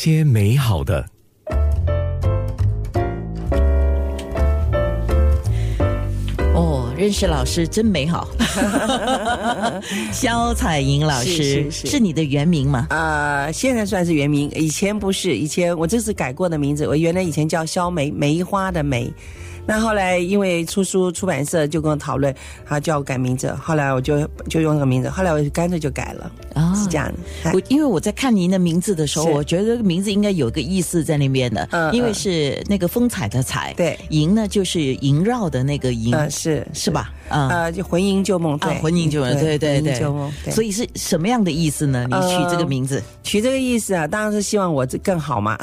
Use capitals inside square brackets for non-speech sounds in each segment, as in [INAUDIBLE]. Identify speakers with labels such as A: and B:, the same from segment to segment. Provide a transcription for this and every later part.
A: 些美好的。
B: 哦，认识老师真美
C: [LAUGHS]
B: 好。肖彩莹老师
C: 是是是
B: 你的原名吗？
C: 啊、现在算是原名，以前不是，以前我这次改过的名字，我原来以前叫肖梅，梅花的梅。那后来因为出书出版社就跟我讨论，他叫我改名字，后来我就就用那个名字，后来我就干脆就改了，
B: 啊
C: 是这样的。哎
B: 我因为我在看您的名字的时候，
C: 是
B: 我觉得这个名字应该有个意思在那边的，
C: 嗯
B: 因为
C: 嗯
B: 是那个风采的采，
C: 对
B: 萦呢就是萦绕的那个萦，
C: 嗯、 [LAUGHS] 是
B: 是？吧？啊、
C: 呃，就魂萦旧梦，对，嗯
B: 啊，魂萦旧梦，对对
C: 魂萦
B: 对
C: 旧梦，，对呃
B: 所以是什么样的意思呢？你取这个名字， [LAUGHS]
C: 取这个意思啊，当然是希望我这更好嘛，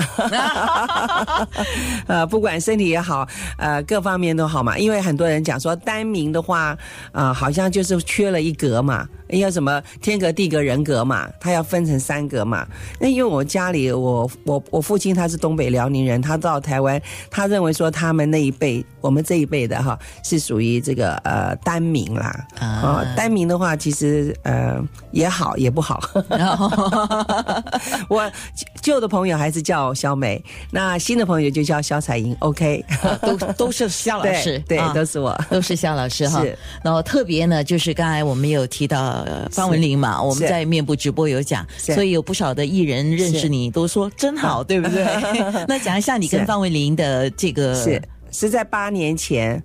C: 呃，不管身体也好，呃，各方面都好嘛。因为很多人讲说单名的话，啊、好像就是缺了一格嘛，要什么天格、地格、人格嘛，它要分成三格嘛。那因为我家里，我我我父亲他是东北辽宁人，他到台湾，他认为说他们那一辈，我们这一辈的哈，是属于这个呃单名啦，
B: 啊
C: 啊、单名的话其实呃也好也不好。
B: 然后
C: [LAUGHS] 我旧的朋友还是叫小美，那新的朋友就叫肖彩莹。OK，
B: 都都是肖 [LAUGHS] 老
C: 对
B: 师，
C: 对、
B: 啊
C: 都是我。
B: [LAUGHS] 都是肖老师哈
C: 是。
B: 然后特别呢，就是刚才我们有提到呃方文琳嘛，我们
C: 是
B: 在面部直播有讲，
C: 是
B: 所以有不少的艺人认识
C: 是
B: 你，都说真好，对不
C: [LAUGHS]
B: 对？ [LAUGHS] 那讲一下你跟
C: 是
B: 方文琳的这个
C: 是是在八年前。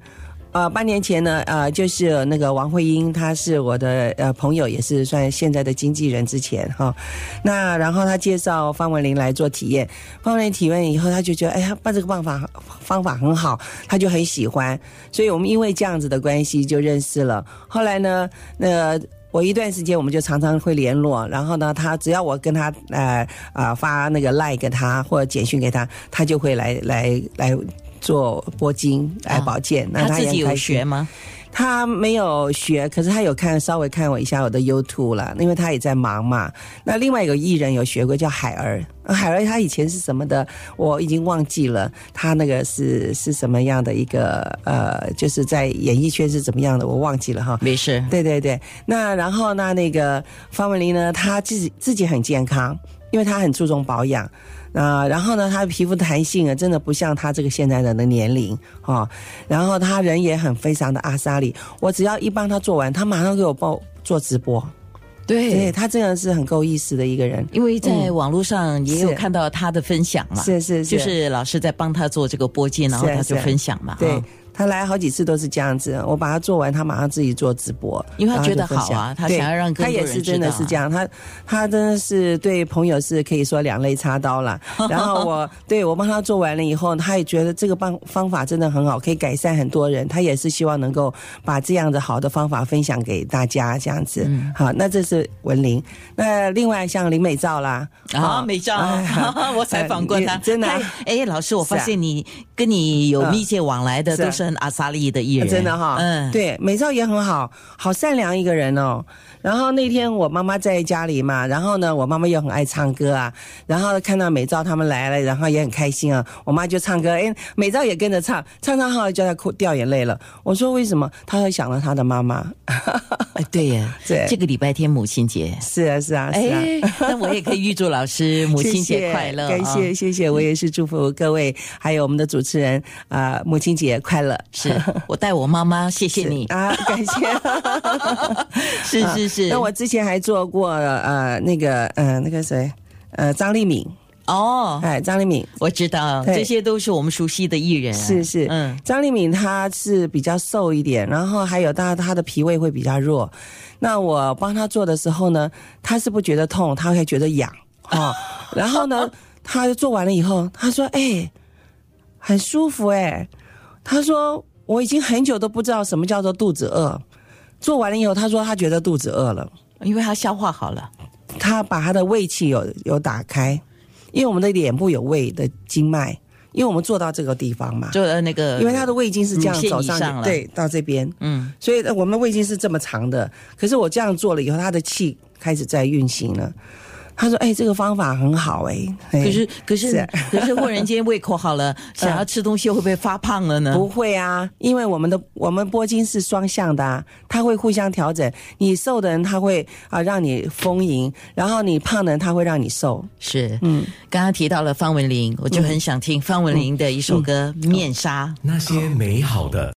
C: 呃，八年前呢，呃，就是那个王慧英，她是我的呃朋友，也是算现在的经纪人之前哈、那然后她介绍方文琳来做体验，方文琳体验以后，她就觉得哎呀，办这个办法方法很好，她就很喜欢，所以我们因为这样子的关系就认识了。后来呢，那我一段时间我们就常常会联络，然后呢，他只要我跟他呃啊、发那个 like 给他或者简讯给他，他就会来来来做拨筋来保健。那
B: 哦他自
C: 也
B: 己
C: 很
B: 有
C: 开心
B: 学吗？
C: 他没有学，可是他有看稍微看我一下我的 YouTube 啦，因为他也在忙嘛。那另外一个艺人有学过，叫海儿。呃海儿他以前是什么的，我已经忘记了。他那个是是什么样的一个呃，就是在演艺圈是怎么样的，我忘记了哈。
B: 没事，
C: [LAUGHS] 对对对，那然后呢，那个方文琳呢，她自己自己很健康，因为她很注重保养。啊、然后呢，她的皮肤弹性啊，真的不像她这个现在人的年龄哦。然后她人也很非常的阿莎丽，我只要一帮她做完，她马上给我报做直播。对她真的是很够意思的一个人，
B: 因为在网络上也有
C: 是
B: 看到他的分享嘛，
C: 是是是，
B: 就是老师在帮他做这个播间，然后
C: 是啊
B: 他就是
C: 啊
B: 分享嘛，
C: 对
B: 啊。
C: 她来好几次都是这样子，我把她做完，她马上自己做直播，
B: 因为她
C: 然后
B: 觉得
C: 就分享
B: 好啊她
C: 对
B: 想要让更多
C: 她也
B: 人
C: 是真的
B: 知道啊
C: 是这样，她她真的是对朋友是可以说两肋插刀
B: [LAUGHS]
C: 了。然后我对我帮她做完了以后，她也觉得这个方方法真的很好，可以改善很多人。她也是希望能够把这样的好的方法分享给大家，这样子。
B: 嗯
C: 好，那这是文玲。那另外像林美照啦，
B: 啊，美照
C: 哎呀，
B: [LAUGHS] 我采访过他，
C: 哎真的啊
B: 他哎，老师，我发
C: 是啊
B: 现你跟你有
C: 嗯
B: 密切往来的
C: 是啊啊
B: 都是很阿萨利的艺人，
C: 真的哈、
B: 嗯，
C: 对，美照也很好，好善良一个人哦。然后那天我妈妈在家里嘛，然后呢，我妈妈又很爱唱歌啊，然后看到哎美照他们来了，然后也很开心啊，我妈就唱歌，哎，美照也跟着唱，唱唱好叫她哭掉眼泪了。我说为什么？她说想了她的妈妈，
B: 哎，对呀，
C: 对
B: 这个礼拜天母亲节，
C: 是啊，是啊，是啊。 [LAUGHS]
B: 哎，那我也可以预祝老师母
C: 谢
B: 亲
C: 谢
B: 节快乐，
C: 感谢、
B: 啊。
C: 谢谢，我也是祝福各位，还有我们的主持人啊、母亲节快乐！
B: 是我带我妈妈，谢谢
C: [LAUGHS]
B: 你，
C: 啊，感谢。 [LAUGHS]
B: 是
C: 啊
B: 是是。
C: 那我之前还做过呃那个呃那个谁呃张丽敏，
B: 哦，
C: 哎张丽敏
B: 我知道，
C: 对
B: 这些都是我们熟悉的艺人啊，
C: 是是
B: 嗯，
C: 张丽敏她是比较瘦一点，然后还有她她的脾胃会比较弱。那我帮她做的时候呢，她是不觉得痛，她会觉得痒
B: [LAUGHS]
C: 哈、哦然后呢，她做完了以后，她说：“哎、很舒服哎、她说：“我已经很久都不知道什么叫做肚子饿。”做完了以后，她说她觉得肚子饿了。
B: 因为他消化好了，
C: 他把他的胃气有有打开，因为我们的脸部有胃的经脉，因为我们做到这个地方嘛，
B: 就呃那个，
C: 因为他的胃经是这样
B: 乳腺
C: 走
B: 以
C: 上去
B: 上了
C: 对，到这边，
B: 嗯，
C: 所以呃我们的胃经是这么长的。可是我这样做了以后，他的气开始在运行了。他说：“哎、这个方法很好、哎，哎
B: 可是可是
C: 是啊
B: 可是，忽然间胃口好
C: [LAUGHS]
B: 了，想要吃东西会不会发胖了呢？
C: 不会啊，因为我们的我们铂金是双向的、啊，它会互相调整。你瘦的人，他会啊、让你丰盈；然后你胖的人，他会让你瘦。
B: 是，嗯，刚刚提到了方文琳，我就很想听方文琳的一首歌《面纱》。
A: 那些美好的。